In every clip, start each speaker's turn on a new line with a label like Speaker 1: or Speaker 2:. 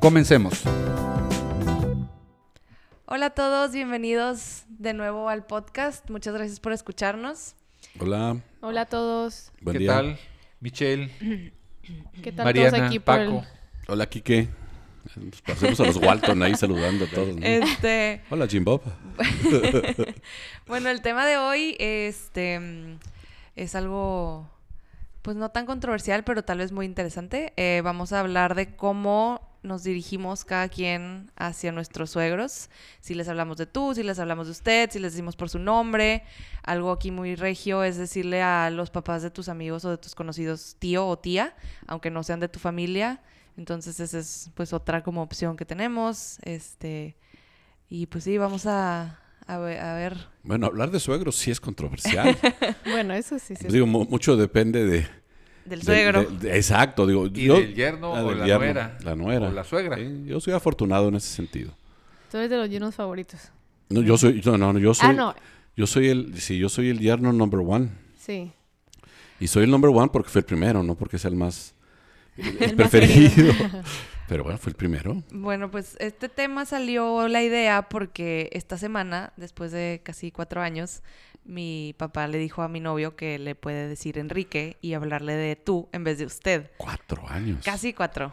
Speaker 1: Comencemos.
Speaker 2: Hola a todos, bienvenidos de nuevo al podcast. Muchas gracias por escucharnos.
Speaker 3: Hola,
Speaker 4: Hola a todos.
Speaker 3: buen
Speaker 5: ¿Qué
Speaker 3: día.
Speaker 5: tal? Michelle,
Speaker 4: ¿Qué tal todos
Speaker 5: Mariana,
Speaker 4: aquí por el-
Speaker 5: Paco.
Speaker 3: Hola, Quique. Nos pasemos a los Walton ahí saludando a todos. ¿no?
Speaker 2: Este,
Speaker 3: Hola, Jim Bob.
Speaker 2: bueno, el tema de hoy este mm, es algo pues no tan controversial, pero tal vez muy interesante. Eh, vamos a hablar de cómo nos dirigimos cada quien hacia nuestros suegros. Si les hablamos de tú, si les hablamos de usted, si les decimos por su nombre. Algo aquí muy regio es decirle a los papás de tus amigos o de tus conocidos tío o tía, aunque no sean de tu familia. Entonces esa es pues otra como opción que tenemos. Este y pues sí, vamos a, a ve- a ver.
Speaker 6: Bueno, hablar de suegros sí es controversial.
Speaker 4: Bueno, eso sí, sí.
Speaker 6: digo, mu- mucho depende de...
Speaker 2: Del
Speaker 6: del-
Speaker 2: suegro.
Speaker 6: de- de- exacto, digo.
Speaker 5: Y del yerno
Speaker 6: ah,
Speaker 5: o
Speaker 6: del
Speaker 5: la
Speaker 6: yerno,
Speaker 5: nuera.
Speaker 6: La nuera.
Speaker 5: O la suegra.
Speaker 6: Sí, yo soy afortunado en ese sentido.
Speaker 4: Tú eres de los llenos favoritos.
Speaker 6: No, yo soy... No, no, no, yo soy...
Speaker 4: Ah, no.
Speaker 6: Yo soy el... Sí, yo soy el yerno number one.
Speaker 4: Sí.
Speaker 6: Y soy el number one porque fue el primero, no porque sea el más... El,
Speaker 4: El más
Speaker 6: preferido. Pero bueno, fue el primero.
Speaker 2: Bueno, pues este tema salió la idea porque esta semana, después de casi cuatro años, mi papá le dijo a mi novio que le puede decir Enrique y hablarle de tú en vez de usted.
Speaker 6: Cuatro años.
Speaker 2: Casi cuatro.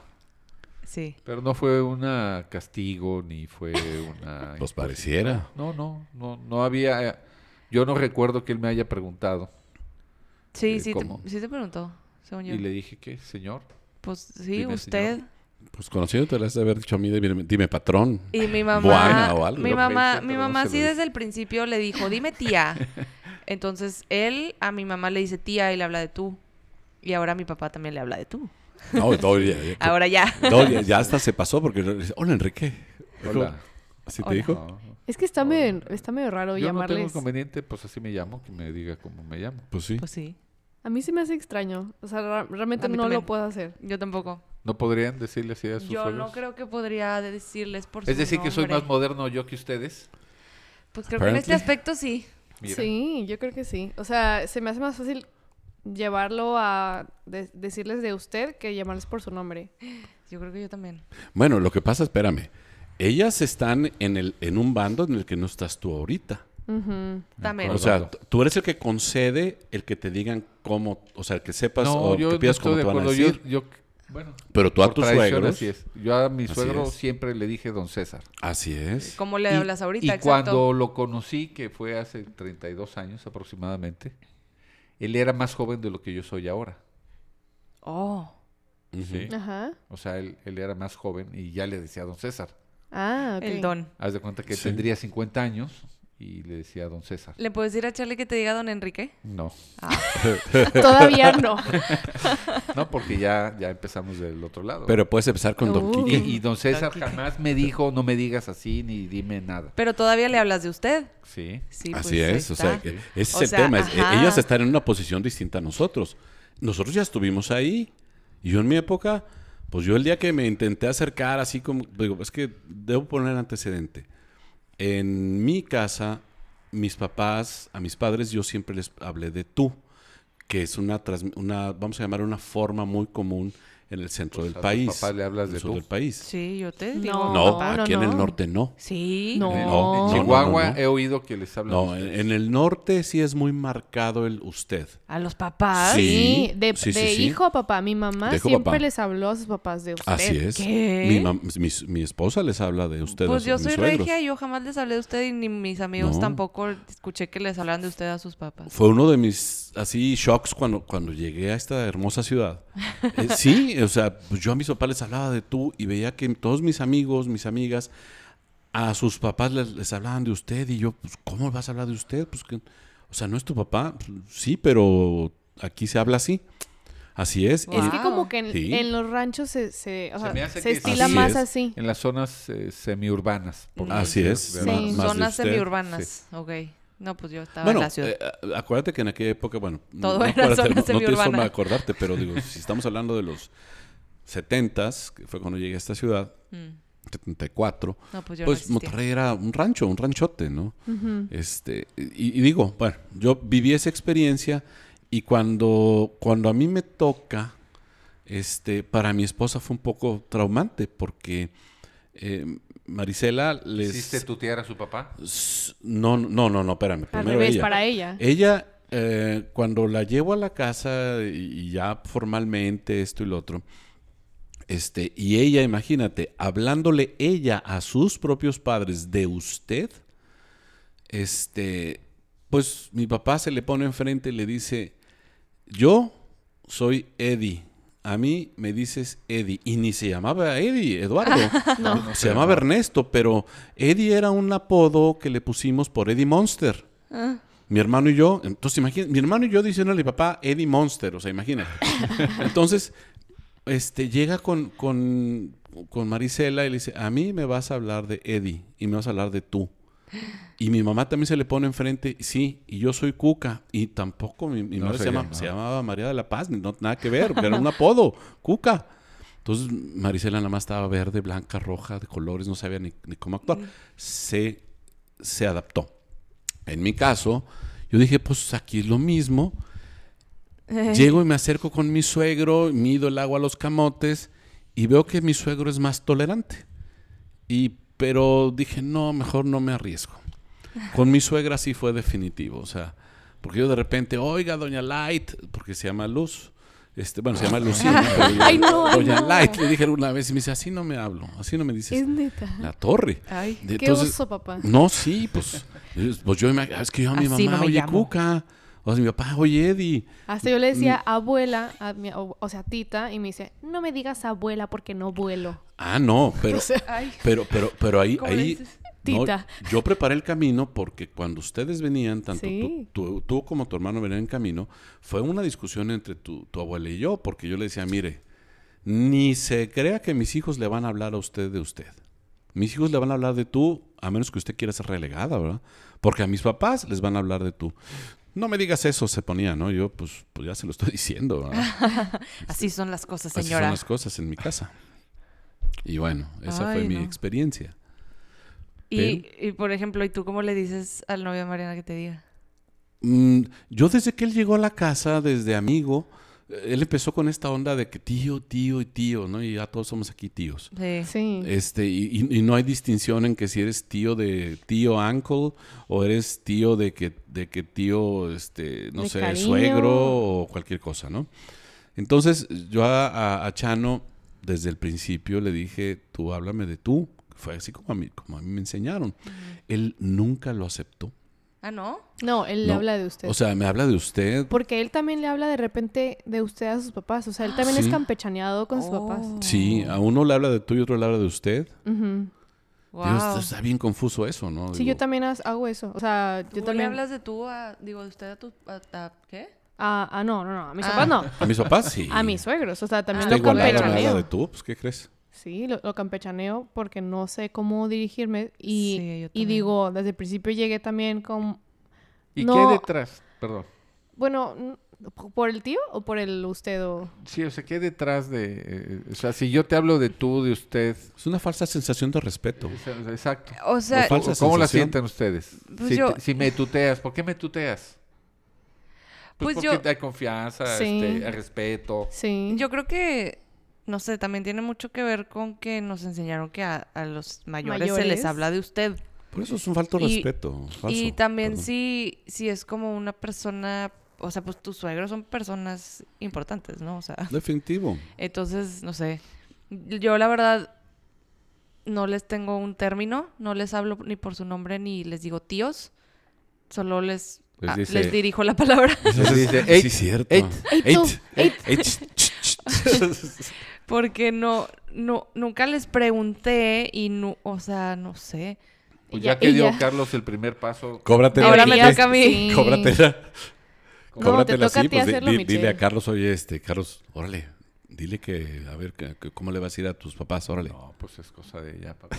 Speaker 2: Sí.
Speaker 5: Pero no fue un castigo ni fue una...
Speaker 6: Pues pareciera.
Speaker 5: No, no, no, no había... eh, Yo no recuerdo que él me haya preguntado.
Speaker 2: Sí,
Speaker 5: Eh,
Speaker 2: sí,
Speaker 5: ¿cómo?
Speaker 2: te, sí te preguntó, según yo.
Speaker 5: Y le dije, ¿qué, señor?
Speaker 2: Pues sí,
Speaker 5: Dime,
Speaker 2: usted.
Speaker 5: señor.
Speaker 6: Pues conociéndote, le has de haber dicho a mí, dime, dime, patrón.
Speaker 2: Y mi mamá,
Speaker 6: Buena o algo.
Speaker 2: mi
Speaker 6: Lo
Speaker 2: mamá,
Speaker 5: pensé,
Speaker 2: mi
Speaker 5: pero no
Speaker 2: mamá
Speaker 5: se lo
Speaker 2: sí
Speaker 5: dije.
Speaker 2: desde el principio le dijo, dime tía. Entonces él a mi mamá le dice tía y le habla de tú. Y ahora mi papá también le habla de tú.
Speaker 6: No, no, ya, ya-
Speaker 2: Ahora ya.
Speaker 6: no, ya- ya hasta se pasó porque... le dice, Hola, Enrique.
Speaker 5: Hola.
Speaker 6: ¿Así te
Speaker 2: Hola.
Speaker 6: dijo?
Speaker 5: No, no.
Speaker 4: Es que está medio, está medio raro
Speaker 5: Yo no tengo
Speaker 4: llamarles.
Speaker 5: inconveniente, pues así me llamo, que me diga cómo me llamo.
Speaker 6: Pues sí.
Speaker 2: Pues sí.
Speaker 4: a mí se me hace extraño. O sea, ra- realmente
Speaker 2: A mí
Speaker 4: no
Speaker 2: también.
Speaker 4: lo puedo hacer.
Speaker 2: Yo tampoco.
Speaker 5: ¿No podrían decirle así a sus
Speaker 2: Yo no
Speaker 5: suegros?
Speaker 2: creo que podría decirles por su
Speaker 5: Es decir, que soy más
Speaker 2: nombre.
Speaker 5: moderno yo que ustedes.
Speaker 2: Pues creo que en
Speaker 6: Apparently.
Speaker 2: este aspecto sí.
Speaker 5: Mira.
Speaker 4: Sí, yo creo que sí. O sea, se me hace más fácil llevarlo a de- decirles de usted que llamarles por su nombre.
Speaker 2: Yo creo que yo también.
Speaker 6: Bueno, lo que pasa, espérame. Ellas están en, el, en un bando en el que no estás tú ahorita.
Speaker 4: Ujú.
Speaker 2: También.
Speaker 6: O
Speaker 5: Por
Speaker 6: sea,
Speaker 5: bando.
Speaker 6: t- tú eres el que concede el que te digan cómo, o sea, que sepas
Speaker 5: No,
Speaker 6: o
Speaker 5: yo
Speaker 6: que
Speaker 5: no
Speaker 6: pidas
Speaker 5: estoy
Speaker 6: cómo
Speaker 5: de
Speaker 6: te van a
Speaker 5: acuerdo.
Speaker 6: decir.
Speaker 5: Yo, yo- bueno,
Speaker 6: Pero tú a
Speaker 5: por
Speaker 6: tus
Speaker 5: tradición,
Speaker 6: suegros.
Speaker 5: Así es. Yo a mi
Speaker 6: Así
Speaker 5: suegro
Speaker 6: es.
Speaker 5: siempre le dije don César.
Speaker 6: Así es.
Speaker 2: ¿Cómo le
Speaker 5: Y-
Speaker 2: hablas ahorita?
Speaker 5: Y
Speaker 2: Exacto.
Speaker 5: cuando lo conocí, que fue hace 32 años aproximadamente, él era más joven de lo que yo soy ahora.
Speaker 2: Oh.
Speaker 6: Ujú.
Speaker 5: Sí.
Speaker 4: Ajá.
Speaker 5: O sea, él, él era más joven y ya le decía don César.
Speaker 4: Ah, ok.
Speaker 2: El don.
Speaker 5: Haz de cuenta que él
Speaker 6: Sí.
Speaker 5: tendría 50 años y le decía don César.
Speaker 2: ¿Le puedes decir a Charlie que te diga don Enrique?
Speaker 5: No,
Speaker 4: Todavía no.
Speaker 5: no, porque ya, ya empezamos del otro lado.
Speaker 6: Pero puedes empezar con Don
Speaker 4: Uh.
Speaker 6: Quique.
Speaker 5: y, y don César
Speaker 2: Don Quijote.
Speaker 5: jamás me dijo, no me digas así ni dime nada.
Speaker 2: Pero todavía le hablas de usted.
Speaker 5: Sí.
Speaker 2: Sí,
Speaker 6: Así
Speaker 2: pues, ahí
Speaker 6: es. O sea,
Speaker 2: está.
Speaker 6: que ese es
Speaker 2: O
Speaker 6: el
Speaker 2: sea,
Speaker 6: tema. es- e-
Speaker 2: ajá.
Speaker 6: ellas están en una posición distinta a nosotros. Nosotros ya estuvimos ahí. Y yo en mi época, pues yo el día que me intenté acercar, así como, digo, es que debo poner antecedente. En mi casa, mis papás, a mis padres, yo siempre les hablé de tú, que es una, trans- una vamos a llamar una forma muy común en el centro
Speaker 5: O
Speaker 6: del
Speaker 5: sea, a tus
Speaker 6: país.
Speaker 5: papás le hablas
Speaker 6: en el
Speaker 5: de
Speaker 6: sur
Speaker 5: tú.
Speaker 6: del país.
Speaker 2: Sí, yo te
Speaker 4: No.
Speaker 2: digo.
Speaker 6: No,
Speaker 4: No,
Speaker 6: aquí
Speaker 4: no,
Speaker 6: en el
Speaker 4: no.
Speaker 6: norte no.
Speaker 2: Sí.
Speaker 4: No.
Speaker 5: En-
Speaker 4: No, no,
Speaker 5: en
Speaker 4: no,
Speaker 5: Chihuahua
Speaker 6: no.
Speaker 5: he oído que les hablan.
Speaker 6: No, en,
Speaker 5: ustedes.
Speaker 6: en el norte sí es muy marcado el usted.
Speaker 2: A los papás.
Speaker 4: Sí,
Speaker 6: Sí,
Speaker 4: de,
Speaker 6: sí, sí,
Speaker 4: de
Speaker 6: sí.
Speaker 4: hijo a papá. Mi mamá
Speaker 6: De hijo a
Speaker 4: siempre
Speaker 6: papá.
Speaker 4: les habló a sus papás de usted.
Speaker 6: Así es.
Speaker 2: ¿Qué?
Speaker 6: Mi, mam- mi, mi esposa les habla de ustedes.
Speaker 2: Pues yo soy
Speaker 6: suegros.
Speaker 2: regia y yo jamás les hablé de usted y ni mis amigos
Speaker 6: No.
Speaker 2: tampoco escuché que les hablaran de usted a sus papás.
Speaker 6: Fue uno de mis así shocks cuando, cuando llegué a esta hermosa ciudad. Eh, sí, o sea, pues yo a mis papás les hablaba de tú y veía que todos mis amigos, mis amigas, a sus papás les, les hablaban de usted y yo, pues, ¿cómo vas a hablar de usted? Pues que, o sea, no es tu papá. Pues, sí, pero aquí se habla así. Así es.
Speaker 2: Wow.
Speaker 4: Es que como que en,
Speaker 6: Sí.
Speaker 4: en los ranchos se, se, o
Speaker 5: Se
Speaker 4: sea,
Speaker 5: me hace
Speaker 4: se
Speaker 5: que
Speaker 4: estila
Speaker 6: Así
Speaker 4: más
Speaker 6: es.
Speaker 4: así.
Speaker 5: En las zonas eh, semiurbanas. por
Speaker 6: Así
Speaker 5: decir,
Speaker 6: es.
Speaker 5: ¿verdad?
Speaker 4: Sí.
Speaker 6: más de
Speaker 2: Zonas
Speaker 6: usted.
Speaker 2: semiurbanas. Ok. No, pues yo estaba
Speaker 6: Bueno,
Speaker 2: en la ciudad.
Speaker 6: eh, a- acuérdate que en aquella época, bueno,
Speaker 2: Todo
Speaker 6: no,
Speaker 2: era
Speaker 6: acuérdate,
Speaker 2: zona
Speaker 6: no- no tienes
Speaker 2: semiurbana.
Speaker 6: forma de acordarte, pero digo, si estamos hablando de los 70s, que fue cuando llegué a esta ciudad,
Speaker 2: Mm.
Speaker 6: 74,
Speaker 2: No, pues yo no
Speaker 6: pues
Speaker 2: existía.
Speaker 6: Monterrey era un rancho, un ranchote, ¿no? Este, y, y digo, bueno, yo viví esa experiencia y cuando, cuando a mí me toca, este, para mi esposa fue un poco traumante porque eh, Marisela les...
Speaker 5: ¿Hiciste tutear a su papá?
Speaker 6: S- No, no, no, no, espérame.
Speaker 4: Al
Speaker 6: Primero
Speaker 4: revés,
Speaker 6: ella.
Speaker 4: para ella.
Speaker 6: Ella, eh, cuando la llevo a la casa y, y ya formalmente esto y lo otro, este, y ella, imagínate, hablándole ella a sus propios padres de usted, este, pues mi papá se le pone enfrente y le dice, yo soy Eddie. A mí me dices Eddie. Y ni se llamaba Eddie, Eduardo. Se llamaba Ernesto, pero Eddie era un apodo que le pusimos por Eddie Monster. Mi hermano y yo, entonces imagínate, mi hermano y yo diciéndole a mi papá Eddie Monster, o sea, imagínate. Entonces, este, llega con, con, con Marisela y le dice, a mí me vas a hablar de Eddie y me vas a hablar de tú. Y mi mamá también se le pone enfrente, sí, y yo soy Cuca. Y tampoco mi, mi
Speaker 5: No
Speaker 6: madre
Speaker 5: se
Speaker 6: se, llama-
Speaker 5: llama.
Speaker 6: se llamaba María de la Paz, ni- no, nada que ver, era un apodo, Cuca. Entonces Marisela nada más estaba verde, blanca, roja, de colores, no sabía ni, ni cómo actuar. Se, se adaptó. En mi caso, yo dije, pues aquí es lo mismo. Llego y me acerco con mi suegro, mido el agua a los camotes y veo que mi suegro es más tolerante. Y, pero dije, no, mejor no me arriesgo. Con mi suegra sí fue definitivo, o sea, porque yo de repente, oiga, doña Light, porque se llama Luz. Este, bueno, se llama Lucía. ¿no? Pero yo,
Speaker 4: Ay, no, ay,
Speaker 6: Doña
Speaker 4: no.
Speaker 6: Light, le dije una vez y me dice, así no me hablo, así no me dices.
Speaker 4: Es neta.
Speaker 6: La torre.
Speaker 2: Ay.
Speaker 6: De-
Speaker 4: Qué
Speaker 6: entonces-
Speaker 4: oso, papá.
Speaker 6: no, sí, pues, es- pues yo imag- es que yo a mi
Speaker 2: Así no
Speaker 6: mamá,
Speaker 2: me
Speaker 6: oye,
Speaker 2: llamo".
Speaker 6: Cuca. O sea, mi papá, oye, Eddie.
Speaker 4: Hasta yo le decía
Speaker 6: Mm.
Speaker 4: abuela, a mi- o, o sea, tita, y me dice, no me digas abuela porque no vuelo.
Speaker 6: Ah, no, pero,
Speaker 2: Ay.
Speaker 6: pero, pero, pero ahí,
Speaker 2: ¿Cómo le
Speaker 6: ahí,
Speaker 2: dices?
Speaker 6: no,
Speaker 4: Tita.
Speaker 6: yo preparé el camino porque cuando ustedes venían, tanto
Speaker 4: Sí.
Speaker 6: tú, tú- tú como tu hermano venían en camino, fue una discusión entre tu, tu abuela y yo, porque yo le decía, mire, ni se crea que mis hijos le van a hablar a usted de usted. Mis hijos le van a hablar de tú, a menos que usted quiera ser relegada, ¿verdad? Porque a mis papás les van a hablar de tú. No me digas eso, se ponía, ¿no? Yo, pues, pues ya se lo estoy diciendo, ¿verdad?
Speaker 2: Así son las cosas,
Speaker 6: Así
Speaker 2: señora.
Speaker 6: son las cosas en mi casa. Y bueno, esa
Speaker 2: Ay,
Speaker 6: fue mi
Speaker 2: no.
Speaker 6: experiencia.
Speaker 2: y, y, por ejemplo, ¿y tú cómo le dices al novio de Mariana que te diga?
Speaker 6: Mm, yo desde que él llegó a la casa, desde amigo, eh, él empezó con esta onda de que tío, tío y tío, ¿no? Y ya todos somos aquí tíos.
Speaker 2: Sí.
Speaker 4: Sí.
Speaker 6: Este, y, y- y no hay distinción en que si eres tío de tío uncle o eres tío de que, de que tío, este, no
Speaker 4: De
Speaker 6: sé,
Speaker 4: cariño.
Speaker 6: suegro o cualquier cosa, ¿no? Entonces, yo a, a- a Chano, desde el principio, le dije, tú háblame de tú. Fue así como a mí, como a mí me enseñaron. Él nunca lo aceptó.
Speaker 2: Ah, ¿no?
Speaker 4: No, él le
Speaker 6: No,
Speaker 4: habla de usted.
Speaker 6: O sea, me habla de usted.
Speaker 4: porque él también le habla de repente de usted a sus papás. O sea, él también
Speaker 6: Sí.
Speaker 4: es campechaneado con sus papás.
Speaker 2: Oh.
Speaker 6: Sí, a uno le habla de tú y otro le habla de usted.
Speaker 4: Ujú.
Speaker 2: Wow.
Speaker 6: Dios, está bien confuso eso, ¿no?
Speaker 4: Sí,
Speaker 6: Digo,
Speaker 4: yo también has- hago eso. O sea,
Speaker 2: ¿Tú
Speaker 4: yo
Speaker 2: le
Speaker 4: también...
Speaker 2: hablas de tú a, digo, de usted a tu, a, a- ¿qué?
Speaker 4: Ah, ah, no, no, no. A mis
Speaker 2: Ah.
Speaker 4: papás no.
Speaker 6: A mis papás sí.
Speaker 4: A mis suegros. O sea, también
Speaker 6: Está
Speaker 2: Ah.
Speaker 4: lo
Speaker 6: igualada, me habla
Speaker 4: campechaneo.
Speaker 6: de tú, pues, ¿qué crees?
Speaker 4: Sí, lo, lo campechaneo porque no sé cómo dirigirme. Y,
Speaker 2: Sí, yo
Speaker 4: y
Speaker 2: también.
Speaker 4: digo, desde el principio llegué también con...
Speaker 5: ¿Y
Speaker 4: No.
Speaker 5: qué hay detrás? Perdón.
Speaker 4: Bueno, n- ¿por el tío o por el usted o...?
Speaker 5: Sí, o sea, ¿qué hay detrás de...? eh, o sea, si yo te hablo de tú, de usted...
Speaker 6: Es una falsa sensación de respeto.
Speaker 5: o sea, Exacto.
Speaker 2: O sea,
Speaker 6: Los Falsa
Speaker 5: ¿Cómo la
Speaker 6: sensación.
Speaker 5: sienten ustedes?
Speaker 2: Pues
Speaker 5: si,
Speaker 2: yo-
Speaker 5: te- si me tuteas, ¿por qué me tuteas? Pues,
Speaker 2: Pues
Speaker 5: porque
Speaker 2: yo-
Speaker 5: hay confianza,
Speaker 4: Sí.
Speaker 5: este, hay respeto.
Speaker 4: Sí.
Speaker 2: yo creo que, no sé, también tiene mucho que ver con que nos enseñaron que a, a los mayores, se les
Speaker 4: Mayores.
Speaker 2: habla de usted.
Speaker 6: Por eso es un falto
Speaker 2: Y-
Speaker 6: respeto.
Speaker 2: y
Speaker 6: falso,
Speaker 2: también
Speaker 6: perdón.
Speaker 2: si, si es como una persona, o sea, pues tus suegros son personas importantes, ¿no? O sea,
Speaker 6: Definitivo.
Speaker 2: entonces, no sé. Yo la verdad no les tengo un término, no les hablo ni por su nombre ni les digo tíos, solo les,
Speaker 5: Les
Speaker 2: ah,
Speaker 5: dice-
Speaker 2: les dirijo la palabra.
Speaker 5: Entonces dice,
Speaker 6: sí,
Speaker 5: "Ey,
Speaker 6: es cierto.
Speaker 5: ey,
Speaker 4: ey, tú, ey,
Speaker 6: ey, ch, ch, ch, ch.
Speaker 2: Porque no, no, nunca les pregunté y no, o sea, no sé.
Speaker 5: Pues
Speaker 4: Y
Speaker 5: ya
Speaker 4: ya-
Speaker 5: que
Speaker 4: y
Speaker 5: dio
Speaker 4: ya.
Speaker 5: Carlos el primer paso,
Speaker 6: Cóbratela.
Speaker 2: Ahora me
Speaker 6: Quique.
Speaker 2: toca a mí.
Speaker 4: Sí.
Speaker 6: Cóbratela.
Speaker 4: No,
Speaker 6: Cóbratela
Speaker 4: te
Speaker 6: así,
Speaker 4: toca a ti
Speaker 6: pues, di-
Speaker 4: hacerlo,
Speaker 6: di-
Speaker 4: Michelle.
Speaker 6: dile a Carlos, oye, este, Carlos, órale, dile que, a ver, que- que- ¿cómo le vas a ir a tus papás? Órale.
Speaker 5: No, pues es cosa de ella. papá.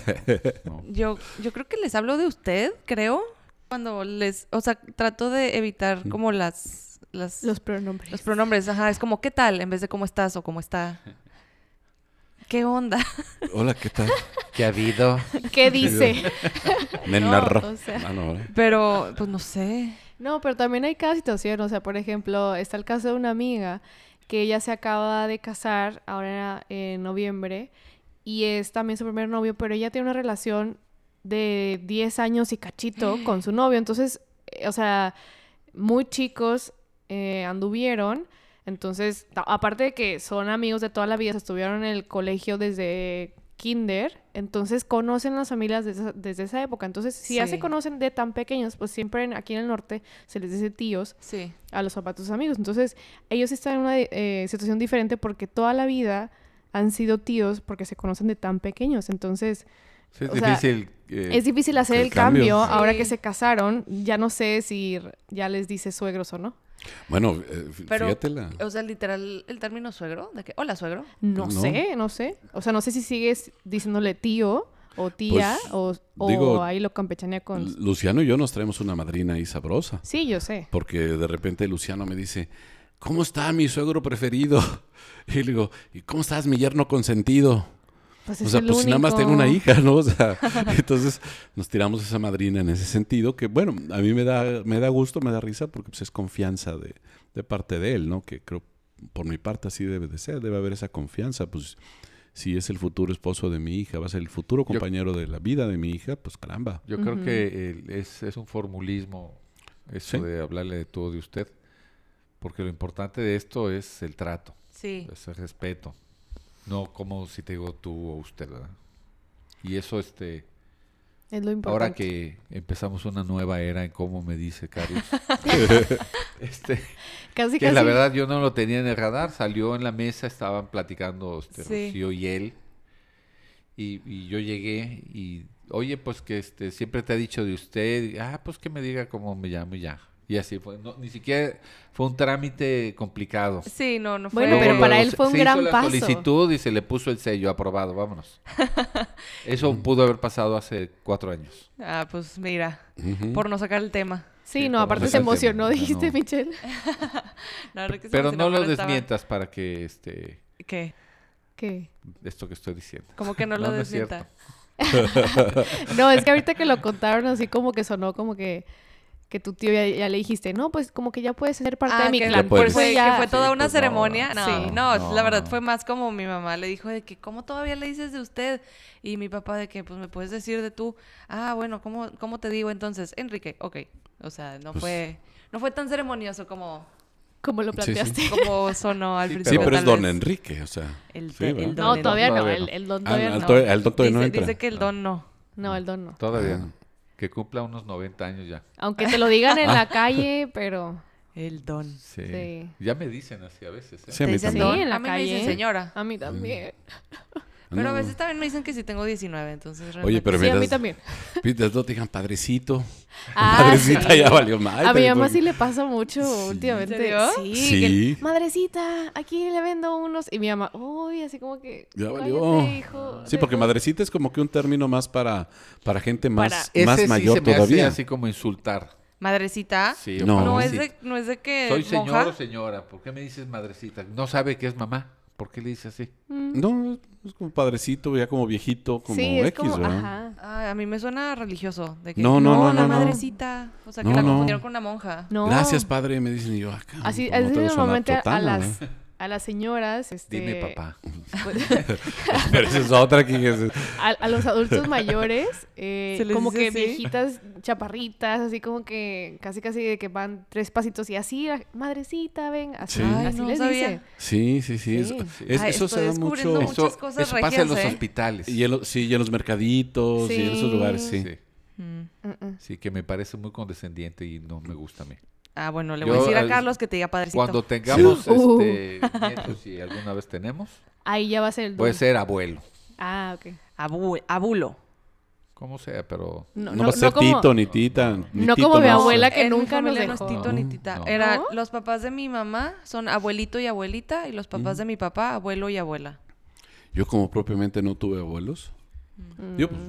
Speaker 5: No.
Speaker 2: Yo, yo creo que les hablo de usted, creo. Cuando les, o sea, trato de evitar como las, las los,
Speaker 4: Los pronombres.
Speaker 2: pronombres, ajá, es como ¿qué tal? en vez de cómo estás o cómo está. ¿Qué onda?
Speaker 6: Hola, ¿qué tal?
Speaker 5: ¿Qué ha habido?
Speaker 4: ¿Qué dice?
Speaker 6: Me
Speaker 4: No,
Speaker 6: narró.
Speaker 4: o sea.
Speaker 6: Ah, no, ¿verdad?
Speaker 2: Pero, pues no sé.
Speaker 4: No, pero también hay cada situación. O sea, por ejemplo, está el caso de una amiga que ella se acaba de casar ahora en noviembre y es también su primer novio, pero ella tiene una relación de 10 años y cachito con su novio. Entonces, eh, o sea, muy chicos eh, anduvieron. Entonces, ta- aparte de que son amigos de toda la vida, estuvieron en el colegio desde kinder, entonces conocen las familias desde esa, desde esa época. Entonces, si ya se
Speaker 2: Sí.
Speaker 4: conocen de tan pequeños, pues siempre en- aquí en el norte se les dice tíos
Speaker 2: Sí.
Speaker 4: a los papás de sus amigos. Entonces, ellos están en una eh, situación diferente porque toda la vida han sido tíos porque se conocen de tan pequeños. Entonces,
Speaker 5: Sí, es
Speaker 4: O sea,
Speaker 5: difícil. eh,
Speaker 4: es difícil hacer
Speaker 6: el
Speaker 4: el, cambio, Ah,
Speaker 6: cambio.
Speaker 4: ahora
Speaker 2: Sí.
Speaker 4: que se casaron. Ya no sé si r- ya les dice suegros o no.
Speaker 6: Bueno, eh, fí-
Speaker 2: Pero,
Speaker 6: fíjatela.
Speaker 2: o sea, literal, el término suegro, de que, hola suegro.
Speaker 4: No,
Speaker 6: No.
Speaker 4: sé, no sé. O sea, no sé si sigues diciéndole tío o tía
Speaker 6: Pues,
Speaker 4: o, o
Speaker 6: digo,
Speaker 4: ahí lo campechanea con...
Speaker 6: Luciano y yo nos traemos una madrina ahí sabrosa.
Speaker 4: Sí, yo sé.
Speaker 6: Porque de repente Luciano me dice, ¿cómo está mi suegro preferido? Y le digo, ¿y cómo estás mi yerno consentido?
Speaker 4: Pues
Speaker 6: O
Speaker 4: es
Speaker 6: sea,
Speaker 4: el
Speaker 6: pues nada más tengo una
Speaker 4: único.
Speaker 6: hija, ¿no? O sea, entonces nos tiramos esa madrina en ese sentido, que bueno, a mí me da, me da gusto, me da risa, porque pues es confianza de, de parte de él, ¿no? Que creo, por mi parte así debe de ser, debe haber esa confianza, pues si es el futuro esposo de mi hija, va a ser el futuro compañero de la vida de mi hija, pues caramba.
Speaker 5: Yo creo que el- es, es un formulismo eso
Speaker 6: Sí.
Speaker 5: de hablarle de todo de usted, porque lo importante de esto es el trato,
Speaker 2: Sí.
Speaker 5: es el respeto, no como si te digo tú o usted, ¿verdad? Y eso, este,
Speaker 4: Es lo importante.
Speaker 5: ahora que empezamos una nueva era en cómo me dice Carlos, este,
Speaker 4: Casi,
Speaker 5: que
Speaker 4: casi.
Speaker 5: la verdad yo no lo tenía en el radar. Salió en la mesa, estaban platicando este,
Speaker 2: Sí.
Speaker 5: Rocío y él. Y, y yo llegué y, oye, pues que este, siempre te ha dicho de usted. Y, ah, pues que me diga cómo me llamo y ya. Y así fue. No, ni siquiera fue un trámite complicado.
Speaker 2: Sí, no, no fue.
Speaker 4: Bueno, pero
Speaker 5: Luego,
Speaker 4: para
Speaker 5: luego
Speaker 4: él
Speaker 5: se-
Speaker 4: fue un
Speaker 5: se hizo
Speaker 4: gran
Speaker 5: la
Speaker 4: paso.
Speaker 5: solicitud y se le puso el sello aprobado. Vámonos. Eso pudo haber pasado hace cuatro años.
Speaker 2: Ah, pues mira,
Speaker 6: Ujú.
Speaker 2: por no sacar el tema.
Speaker 4: Sí,
Speaker 5: Sí,
Speaker 4: no,
Speaker 5: por
Speaker 4: aparte
Speaker 5: donde
Speaker 4: se
Speaker 5: sea el tema.
Speaker 4: emocionó,
Speaker 5: Ah,
Speaker 4: dijiste,
Speaker 5: no.
Speaker 4: Michelle.
Speaker 2: La verdad que se
Speaker 5: Pero
Speaker 2: emocionó,
Speaker 5: no lo
Speaker 2: estaba-
Speaker 5: desmientas para que este,
Speaker 2: ¿Qué?
Speaker 4: ¿Qué?
Speaker 5: esto que estoy diciendo.
Speaker 2: Como que no,
Speaker 5: No,
Speaker 2: lo
Speaker 5: no es cierto.
Speaker 2: desmienta.
Speaker 4: No, es que ahorita que lo contaron así como que sonó como que, que tu tío ya, ya le dijiste, no, pues como que ya puedes ser parte
Speaker 2: Ah,
Speaker 4: de mi
Speaker 2: que-
Speaker 4: clan.
Speaker 6: Ya puedes.
Speaker 2: que fue,
Speaker 4: Fue ya-
Speaker 2: que fue toda
Speaker 5: Sí,
Speaker 2: una
Speaker 5: pues, no,
Speaker 2: ceremonia. No,
Speaker 5: no,
Speaker 2: no,
Speaker 5: sí. no,
Speaker 2: la verdad
Speaker 5: no.
Speaker 2: fue más como mi mamá le dijo de que, ¿cómo todavía le dices de usted? Y mi papá de que, pues me puedes decir de tú. Ah, bueno, ¿cómo, cómo te digo entonces? Enrique, ok. O sea, no fue no fue tan ceremonioso como,
Speaker 4: Como lo
Speaker 6: Sí, sí.
Speaker 4: planteaste.
Speaker 2: como sonó al
Speaker 5: Sí,
Speaker 6: Sí,
Speaker 2: principio.
Speaker 6: pero es
Speaker 2: tal
Speaker 6: don
Speaker 2: vez.
Speaker 6: Enrique, o sea.
Speaker 2: El
Speaker 6: sí,
Speaker 2: de- el
Speaker 6: ¿verdad?
Speaker 2: don-
Speaker 4: No,
Speaker 2: no,
Speaker 4: todavía no,
Speaker 5: todavía
Speaker 4: el,
Speaker 5: no.
Speaker 4: el don
Speaker 6: Ah,
Speaker 4: todavía
Speaker 6: al
Speaker 4: no.
Speaker 6: to- al don todavía no
Speaker 2: Dice,
Speaker 6: entra.
Speaker 2: dice que el don no.
Speaker 4: No, el don no.
Speaker 5: Todavía
Speaker 6: Ah.
Speaker 5: no. Que cumpla unos 90 años ya.
Speaker 4: Aunque te lo digan
Speaker 6: Ah.
Speaker 4: en la calle, pero
Speaker 2: El don.
Speaker 5: Sí.
Speaker 4: Sí.
Speaker 5: Ya me dicen así a veces. ¿eh?
Speaker 6: Sí, a
Speaker 2: Te
Speaker 6: mí
Speaker 2: dicen
Speaker 4: Sí,
Speaker 6: también.
Speaker 2: don.
Speaker 4: en la
Speaker 2: a mí me
Speaker 4: calle.
Speaker 2: dicen señora.
Speaker 4: a mí
Speaker 6: Mm.
Speaker 4: también.
Speaker 2: Pero a
Speaker 6: No.
Speaker 2: veces también me dicen que si tengo 19, entonces
Speaker 6: Oye,
Speaker 2: realmente-
Speaker 6: pero
Speaker 4: Sí, a
Speaker 6: mientras-
Speaker 4: mí también.
Speaker 6: Mientras no te digan padrecito.
Speaker 4: Ah,
Speaker 6: Madrecita
Speaker 4: sí. Ah,
Speaker 6: ya valió mal.
Speaker 4: A mi
Speaker 6: pero-
Speaker 4: mamá sí le pasa mucho últimamente.
Speaker 2: ¿En serio?
Speaker 4: Sí.
Speaker 6: Sí.
Speaker 4: que, Madrecita, aquí le vendo unos. Y mi mamá, uy, así como que.
Speaker 6: Ya
Speaker 4: "Cállate,
Speaker 6: valió".
Speaker 4: hijo,
Speaker 6: Sí, porque
Speaker 4: deja-
Speaker 6: madrecita es como que un término más para, para gente más,
Speaker 5: Ese
Speaker 6: más
Speaker 5: sí
Speaker 6: mayor
Speaker 5: se me hace
Speaker 6: todavía.
Speaker 5: así como insultar.
Speaker 2: Madrecita.
Speaker 5: Sí,
Speaker 6: No.
Speaker 5: o
Speaker 2: No es,
Speaker 5: madrecita.
Speaker 2: de, no es de que.
Speaker 5: Soy señor
Speaker 2: monja.
Speaker 5: o señora. ¿Por qué me dices madrecita? No sabe que es mamá. ¿Por qué le dice así?
Speaker 6: No, es como padrecito, ya como viejito, como
Speaker 4: sí,
Speaker 6: X,
Speaker 4: es como,
Speaker 6: ¿verdad?
Speaker 4: ajá.
Speaker 2: Ah, a mí me suena religioso. De que,
Speaker 6: No, no, no,
Speaker 2: la
Speaker 6: no, no.
Speaker 2: madrecita. O sea, que
Speaker 6: No,
Speaker 2: la
Speaker 6: no.
Speaker 2: confundieron con una monja.
Speaker 4: No.
Speaker 6: Gracias, padre, me dicen y yo, ah, cabrón,
Speaker 4: Así,
Speaker 6: pues no
Speaker 4: así
Speaker 6: te lo suena
Speaker 4: normalmente a- a
Speaker 6: chotana,
Speaker 4: las,
Speaker 6: ¿verdad?
Speaker 4: a las señoras. Este,
Speaker 5: Dime papá.
Speaker 4: pues,
Speaker 6: Pero esa es otra que es-
Speaker 4: a, a los adultos mayores, eh,
Speaker 2: ¿Se les
Speaker 4: como
Speaker 2: dice
Speaker 4: que
Speaker 2: así?
Speaker 4: viejitas, chaparritas, así como que casi casi de que van tres pasitos y así, "Ah, madrecita, ven, así,
Speaker 6: Sí. Ay,
Speaker 4: así
Speaker 2: no
Speaker 4: les
Speaker 2: sabía.
Speaker 4: dice.
Speaker 6: Sí, sí, sí. es-
Speaker 4: Sí.
Speaker 6: es-
Speaker 2: Ay,
Speaker 6: eso se
Speaker 2: estoy
Speaker 6: da
Speaker 2: descubriendo
Speaker 6: mucho.
Speaker 2: muchas cosas
Speaker 5: eso pasa en los
Speaker 2: regias, ¿eh?
Speaker 5: hospitales.
Speaker 6: Y en los- sí, y en los mercaditos y en esos
Speaker 4: Sí.
Speaker 6: lugares, sí.
Speaker 5: Sí.
Speaker 2: Mm.
Speaker 4: Mm, mm.
Speaker 5: Sí, que me parece muy condescendiente y no me gusta a mí.
Speaker 2: Ah, bueno, le
Speaker 5: Yo,
Speaker 2: voy a decir a
Speaker 5: al-
Speaker 2: Carlos que te diga padrecito.
Speaker 5: Cuando tengamos
Speaker 4: Sí. Uh.
Speaker 5: este, nietos, si alguna vez tenemos,
Speaker 4: Ahí ya va a ser el don.
Speaker 5: puede ser abuelo.
Speaker 4: Ah, ok.
Speaker 2: Abu- abulo.
Speaker 5: como sea, pero...
Speaker 6: No, va a ser
Speaker 4: como-
Speaker 6: Tito, ni Tita. ni
Speaker 4: no
Speaker 6: Tito,
Speaker 4: como mi
Speaker 6: no.
Speaker 4: abuela que
Speaker 2: En mi
Speaker 4: nunca nos
Speaker 2: familia
Speaker 4: dejó.
Speaker 2: No es tito ni
Speaker 5: No,
Speaker 2: tita.
Speaker 5: no.
Speaker 2: Era,
Speaker 4: ¿No?
Speaker 2: los papás de mi mamá son abuelito y abuelita y los papás
Speaker 6: Mm.
Speaker 2: de mi papá, abuelo y abuela.
Speaker 6: Yo como propiamente no tuve abuelos.
Speaker 4: Mm.
Speaker 6: Yo, pues,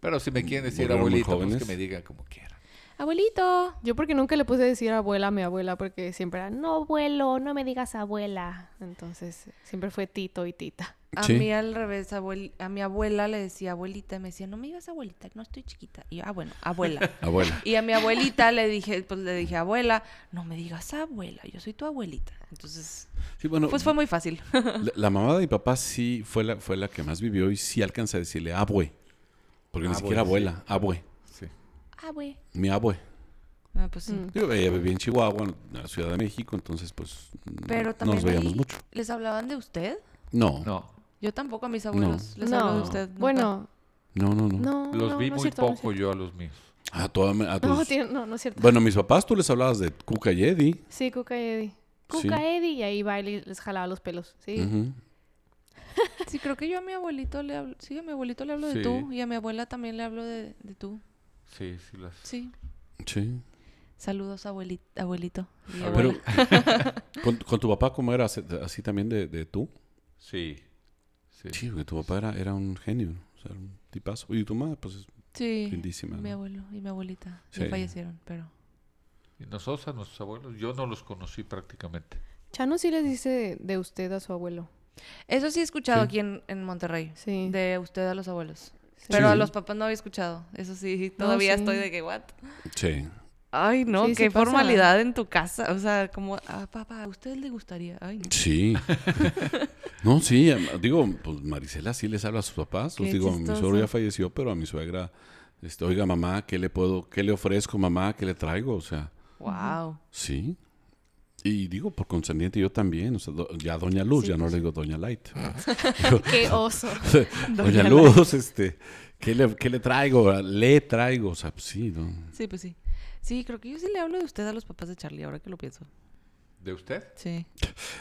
Speaker 5: Pero si me quieren decir
Speaker 6: Volvieron muy
Speaker 5: abuelito, pues que
Speaker 6: jóvenes.
Speaker 5: me digan como quieran.
Speaker 2: Abuelito.
Speaker 4: Yo porque nunca le puse a decir abuela a mi abuela porque siempre era, no abuelo, no me digas abuela. Entonces siempre fue Tito y Tita.
Speaker 2: A
Speaker 6: Sí.
Speaker 2: mí al revés, abuel- a mi abuela le decía abuelita y me decía, no me digas abuelita, no estoy chiquita. Y yo, ah, bueno, abuela.
Speaker 6: abuela.
Speaker 2: Y a mi abuelita le dije, pues le dije, abuela, no me digas abuela, yo soy tu abuelita. Entonces,
Speaker 6: Sí, bueno,
Speaker 2: pues fue muy fácil.
Speaker 6: la, la mamá de mi papá sí fue la, fue la que más vivió y sí alcanza a decirle abue. Porque ni
Speaker 5: Abue,
Speaker 6: siquiera
Speaker 5: sí.
Speaker 6: abuela, abue.
Speaker 5: Sí.
Speaker 2: Abue.
Speaker 6: Mi abue.
Speaker 2: Ah, pues sí.
Speaker 6: Digo, ella vivía en Chihuahua, en la Ciudad de México, entonces pues no-
Speaker 2: Pero
Speaker 6: no
Speaker 2: también
Speaker 6: nos veíamos
Speaker 2: ahí,
Speaker 6: mucho.
Speaker 2: ¿les hablaban de usted?
Speaker 6: No, no,
Speaker 5: No,
Speaker 2: Yo tampoco a mis abuelos les hablo de usted. nunca.
Speaker 4: Bueno,
Speaker 6: no, no.
Speaker 4: no.
Speaker 5: los
Speaker 4: no,
Speaker 5: vi
Speaker 4: no
Speaker 5: muy
Speaker 4: es cierto, no es
Speaker 5: poco yo a los míos.
Speaker 6: A, toda- a
Speaker 4: cierto. No,
Speaker 6: tus-
Speaker 4: tiene- no, no es cierto.
Speaker 6: Bueno, mis papás tú les hablabas de Cuca y Eddie.
Speaker 4: Sí, Cuca y Eddie. Cuca
Speaker 6: Sí.
Speaker 4: Eddie y ahí Bailey les jalaba los pelos. Sí.
Speaker 6: Ujú.
Speaker 2: Sí, creo que yo a mi abuelito le hablo, sí, a mi abuelito le hablo de
Speaker 5: Sí.
Speaker 2: tú y a mi abuela también le hablo de, de tú.
Speaker 5: Sí, sí las...
Speaker 2: Sí.
Speaker 6: Sí.
Speaker 2: Saludos, abueli- abuelito. y
Speaker 5: A ver.
Speaker 2: abuela.
Speaker 6: Pero, ¿con, con tu papá cómo era? ¿Así- ¿Así también de, de tú?
Speaker 5: Sí. Sí.
Speaker 6: Sí, porque tu papá era, era un genio, o sea, un tipazo. Y tu madre, pues, es
Speaker 2: Sí.
Speaker 6: lindísima.
Speaker 2: Mi
Speaker 6: ¿no?
Speaker 2: abuelo y mi abuelita. Sí.
Speaker 6: Sí.
Speaker 2: fallecieron, pero.
Speaker 5: Y nosotros a nuestros abuelos, yo no los conocí prácticamente.
Speaker 4: Chano sí les dice de usted a su abuelo.
Speaker 2: Eso sí he escuchado aquí en, en Monterrey.
Speaker 4: Sí.
Speaker 2: De usted a los abuelos.
Speaker 4: Sí.
Speaker 2: Pero a
Speaker 6: Sí.
Speaker 2: los papás no había escuchado. Eso sí, todavía
Speaker 4: sí.
Speaker 2: estoy de que, ¿what?
Speaker 6: Sí.
Speaker 2: Ay, no,
Speaker 4: Sí, sí
Speaker 2: qué
Speaker 4: pasa.
Speaker 2: formalidad en tu casa. O sea, como, ah, papá, ¿a usted le gustaría? Ay, no.
Speaker 6: Sí. no, sí, am- digo, pues Marisela sí les habla a sus papás. Pues,
Speaker 2: Qué
Speaker 6: digo, mi
Speaker 2: chistoso.
Speaker 6: suegro ya falleció, pero a mi suegra, este, oiga, mamá, ¿qué le puedo, qué le ofrezco, mamá, qué le traigo? O sea,
Speaker 2: Wow.
Speaker 6: sí. Y digo, por consentiente yo también, o sea, do- ya Doña Luz,
Speaker 2: Sí,
Speaker 6: ya no
Speaker 2: pues.
Speaker 6: le digo Doña Light.
Speaker 4: Qué oso.
Speaker 6: Doña, Luz, este, ¿qué le, qué le traigo? Le traigo, o sea, pues, sí, ¿no?
Speaker 2: Sí, pues sí. Sí, creo que yo sí le hablo de usted a los papás de Charlie, ahora que lo pienso.
Speaker 5: ¿De usted?
Speaker 2: Sí.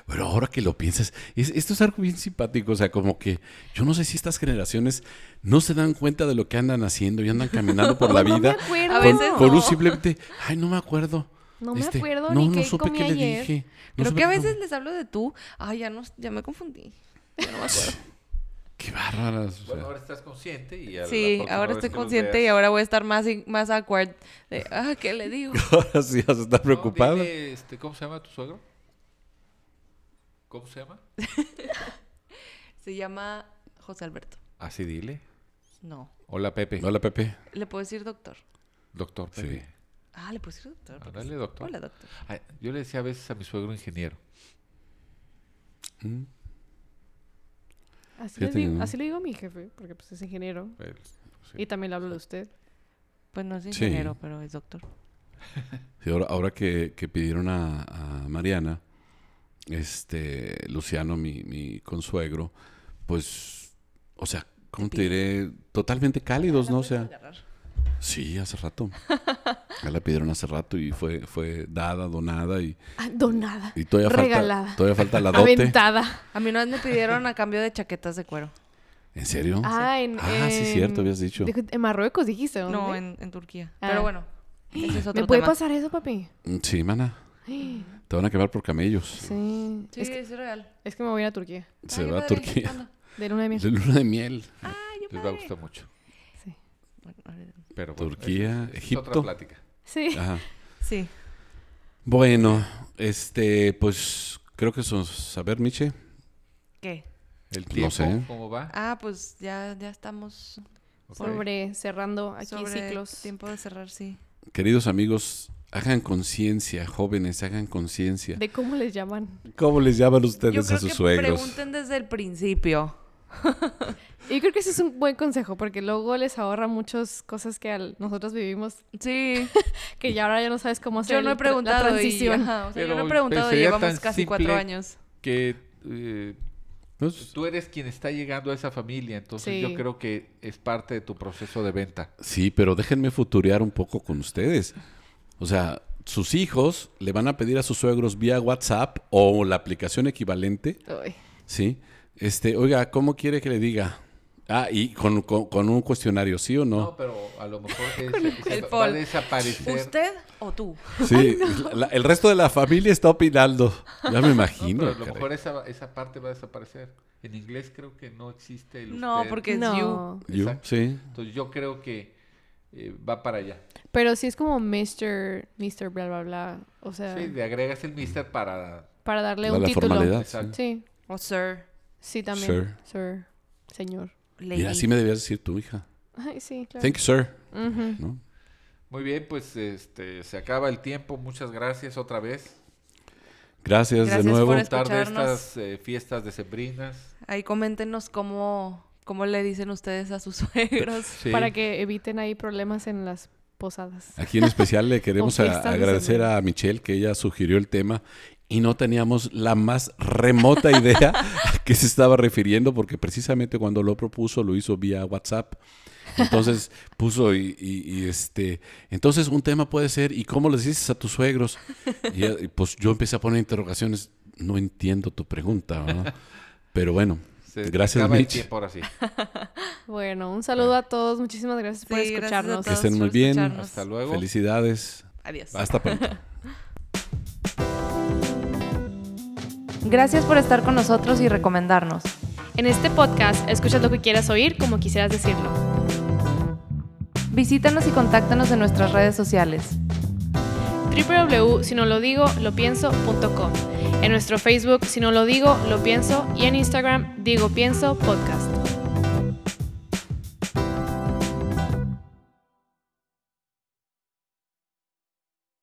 Speaker 6: Pero ahora que lo piensas, es- esto es algo bien simpático. O sea, como que yo no sé si estas generaciones no se dan cuenta de lo que andan haciendo y andan caminando por la
Speaker 4: No me
Speaker 6: vida.
Speaker 4: acuerdo.
Speaker 2: A
Speaker 6: con,
Speaker 2: veces
Speaker 6: con
Speaker 2: no.
Speaker 6: un simplemente, ay, no me acuerdo.
Speaker 4: No me
Speaker 6: Este,
Speaker 4: acuerdo
Speaker 6: no,
Speaker 4: ni
Speaker 6: no
Speaker 4: qué
Speaker 6: supe
Speaker 4: comí
Speaker 6: qué le
Speaker 4: ayer.
Speaker 6: dije. no
Speaker 2: Creo
Speaker 6: supe
Speaker 2: que a
Speaker 6: qué
Speaker 2: veces
Speaker 6: comí".
Speaker 2: les hablo de tú. Ay, ya, no, ya me confundí. Ya no me acuerdo.
Speaker 6: Qué bárbaras. o sea.
Speaker 5: Bueno, ahora estás consciente y a la
Speaker 2: Sí,
Speaker 5: próxima
Speaker 2: ahora
Speaker 5: vez
Speaker 2: estoy
Speaker 5: que los
Speaker 2: consciente y
Speaker 5: veas,
Speaker 2: ahora voy a estar más, in- más awkward. De, ah, ¿qué le digo?
Speaker 6: Ahora sí vas a estar
Speaker 5: no,
Speaker 6: preocupada.
Speaker 5: dile, este, ¿Cómo se llama tu suegro? ¿Cómo se llama?
Speaker 2: Se llama José Alberto.
Speaker 5: Así Ah, dile.
Speaker 2: No.
Speaker 5: Hola, Pepe.
Speaker 6: Hola, Pepe.
Speaker 2: Le puedo decir doctor.
Speaker 5: Doctor
Speaker 6: Sí.
Speaker 5: Pepe.
Speaker 2: Ah, le puedo decir doctor. porque
Speaker 5: Ándale,
Speaker 2: sí.
Speaker 5: doctor.
Speaker 2: Hola, doctor.
Speaker 5: Ay, yo le decía a veces a mi suegro ingeniero.
Speaker 6: Mm.
Speaker 4: Así,
Speaker 6: Fíjate
Speaker 4: les
Speaker 6: que
Speaker 4: digo,
Speaker 6: no.
Speaker 4: así le digo a mi jefe, porque pues es ingeniero.
Speaker 5: Pero, sí.
Speaker 4: Y también le hablo de usted.
Speaker 2: Pues no es
Speaker 6: Sí.
Speaker 2: ingeniero, pero es doctor.
Speaker 6: Sí, ahora ahora que, que pidieron a, a Mariana, este, Luciano, mi, mi consuegro, pues, o sea, ¿cómo te diré? Totalmente cálidos, ¿no? O sea, sí, hace rato. Ya la pidieron hace rato y fue, fue dada, donada y,
Speaker 4: Ah, donada.
Speaker 6: y todavía,
Speaker 4: Regalada.
Speaker 6: falta, todavía falta la dote.
Speaker 4: Aventada.
Speaker 2: A mí una vez me pidieron a cambio de chaquetas de cuero.
Speaker 6: ¿En serio?
Speaker 4: Ah, en,
Speaker 6: Ah, sí,
Speaker 4: en-
Speaker 6: cierto, habías dicho.
Speaker 4: dijo- En Marruecos dijiste, ¿o
Speaker 2: No,
Speaker 4: dónde?
Speaker 2: en, en Turquía.
Speaker 4: Ah.
Speaker 2: Pero bueno, ese es otro
Speaker 4: ¿Me puede
Speaker 2: tema.
Speaker 4: pasar eso, papi?
Speaker 6: Mm, Sí, mana. Te van a quemar por camellos.
Speaker 4: Sí.
Speaker 2: Sí,
Speaker 4: Es,
Speaker 2: es,
Speaker 4: que,
Speaker 2: real.
Speaker 4: es que me voy a ir a Turquía.
Speaker 6: Se
Speaker 2: Ay, qué
Speaker 6: va a
Speaker 2: padre.
Speaker 6: Turquía.
Speaker 2: ¿Cuándo?
Speaker 4: De luna de miel.
Speaker 6: La luna de miel.
Speaker 5: Les va a gustar mucho.
Speaker 4: Sí.
Speaker 2: Bueno, ahorita-
Speaker 5: Pero bueno,
Speaker 6: Turquía,
Speaker 5: es- es
Speaker 6: Egipto.
Speaker 5: otra plática.
Speaker 4: Sí.
Speaker 6: Ajá.
Speaker 2: Sí.
Speaker 6: Bueno, este, pues creo que eso es. A ver, Miche.
Speaker 2: ¿Qué?
Speaker 5: El
Speaker 6: No
Speaker 5: tiempo,
Speaker 6: sé.
Speaker 5: ¿cómo va?
Speaker 2: Ah, pues ya, ya estamos
Speaker 5: Ok.
Speaker 4: Sobre cerrando aquí
Speaker 2: sobre
Speaker 4: ciclos.
Speaker 2: tiempo de cerrar, sí.
Speaker 6: Queridos amigos, hagan conciencia, jóvenes, hagan conciencia.
Speaker 4: De cómo les llaman.
Speaker 6: ¿Cómo les llaman
Speaker 2: Yo
Speaker 6: ustedes
Speaker 2: creo
Speaker 6: a
Speaker 2: que
Speaker 6: sus suegros?
Speaker 2: pregunten desde el principio.
Speaker 4: Y creo que ese es un buen consejo porque luego les ahorra muchas cosas que al- nosotros vivimos
Speaker 2: Sí,
Speaker 4: que ya ahora ya no sabes cómo hacer
Speaker 2: yo no he
Speaker 4: el tra- la
Speaker 2: preguntado. y-
Speaker 4: transición.
Speaker 2: ajá, o sea, yo no
Speaker 5: Pero
Speaker 2: he preguntado y
Speaker 5: sería
Speaker 2: llevamos
Speaker 5: tan
Speaker 2: casi cuatro
Speaker 5: simple.
Speaker 2: años.
Speaker 5: Que eh,
Speaker 6: Pues,
Speaker 5: tú eres quien está llegando a esa familia, entonces
Speaker 4: Sí.
Speaker 5: yo creo que es parte de tu proceso de venta.
Speaker 6: sí, pero déjenme futurear un poco con ustedes. O sea, sus hijos le van a pedir a sus suegros vía WhatsApp o la aplicación equivalente,
Speaker 4: Ay,
Speaker 6: ¿sí? Este, oiga, ¿cómo quiere que le diga? Ah, y con, con- con un cuestionario, ¿sí o
Speaker 5: No,
Speaker 6: no?
Speaker 5: pero a lo mejor que se- se
Speaker 2: El
Speaker 5: va- va a
Speaker 2: Paul.
Speaker 5: desaparecer.
Speaker 2: ¿Usted o tú?
Speaker 6: Sí, la- el resto de la familia está opinando. Ya me
Speaker 5: No,
Speaker 6: imagino.
Speaker 5: pero a lo
Speaker 6: caray.
Speaker 5: mejor esa, esa parte va a desaparecer. En inglés creo que no existe el
Speaker 2: No,
Speaker 5: usted.
Speaker 2: porque es you.
Speaker 4: No.
Speaker 6: You,
Speaker 5: Exacto.
Speaker 6: sí.
Speaker 5: Entonces yo creo que eh, va para allá.
Speaker 4: Pero sí es como Mr. Mr. bla bla bla. O sea,
Speaker 5: Sí, le agregas el mister para...
Speaker 4: para darle
Speaker 6: La,
Speaker 4: un
Speaker 6: la
Speaker 4: título.
Speaker 6: formalidad. sí.
Speaker 5: Exacto.
Speaker 4: Sí,
Speaker 2: O sir,
Speaker 4: sí también.
Speaker 6: Sir.
Speaker 4: Sir. Señor.
Speaker 2: lady.
Speaker 6: Mira, así me debías decir tu hija.
Speaker 4: Ay, sí, claro.
Speaker 6: Thank you, sir.
Speaker 4: Ujú.
Speaker 6: ¿No?
Speaker 5: Muy bien, pues este se acaba el tiempo. Muchas gracias otra vez.
Speaker 6: Gracias,
Speaker 2: Gracias
Speaker 6: de
Speaker 2: por
Speaker 6: nuevo.
Speaker 2: escuchar.
Speaker 5: Tarde
Speaker 2: Escucharnos.
Speaker 5: estas eh, fiestas decembrinas.
Speaker 2: Ahí coméntenos cómo, cómo le dicen ustedes a sus suegros.
Speaker 5: Sí. Ah.
Speaker 4: Para que eviten ahí problemas en las posadas.
Speaker 6: Aquí en especial le queremos
Speaker 4: O
Speaker 6: a-
Speaker 4: fiestas de
Speaker 6: agradecer
Speaker 4: sembrina.
Speaker 6: a Michelle que ella sugirió el tema y no teníamos la más remota idea a qué se estaba refiriendo porque precisamente cuando lo propuso lo hizo vía WhatsApp. Entonces puso y, y- y, este, entonces un tema puede ser ¿y cómo les dices a tus suegros? Y, eh, y, pues yo empecé a poner interrogaciones, no entiendo tu pregunta, ¿no? pero bueno,
Speaker 5: Se
Speaker 6: gracias
Speaker 5: acaba el
Speaker 6: Mitch.
Speaker 5: tiempo ahora sí.
Speaker 4: Bueno, un saludo
Speaker 5: Ah.
Speaker 4: a todos. Muchísimas gracias por
Speaker 2: Sí, gracias a
Speaker 4: escucharnos.
Speaker 2: todos
Speaker 6: estén muy
Speaker 2: por
Speaker 6: bien.
Speaker 2: escucharnos.
Speaker 5: Hasta luego.
Speaker 6: Felicidades.
Speaker 2: Adiós.
Speaker 6: Hasta pronto.
Speaker 2: Gracias por estar con nosotros y recomendarnos.
Speaker 7: En este podcast escuchas lo que quieras oír como quisieras decirlo.
Speaker 2: Visítanos y contáctanos en nuestras redes sociales.
Speaker 7: www.sinolodigolopienso.com En nuestro Facebook, Si No Lo Digo, Lo Pienso y en Instagram, Digo Pienso Podcast.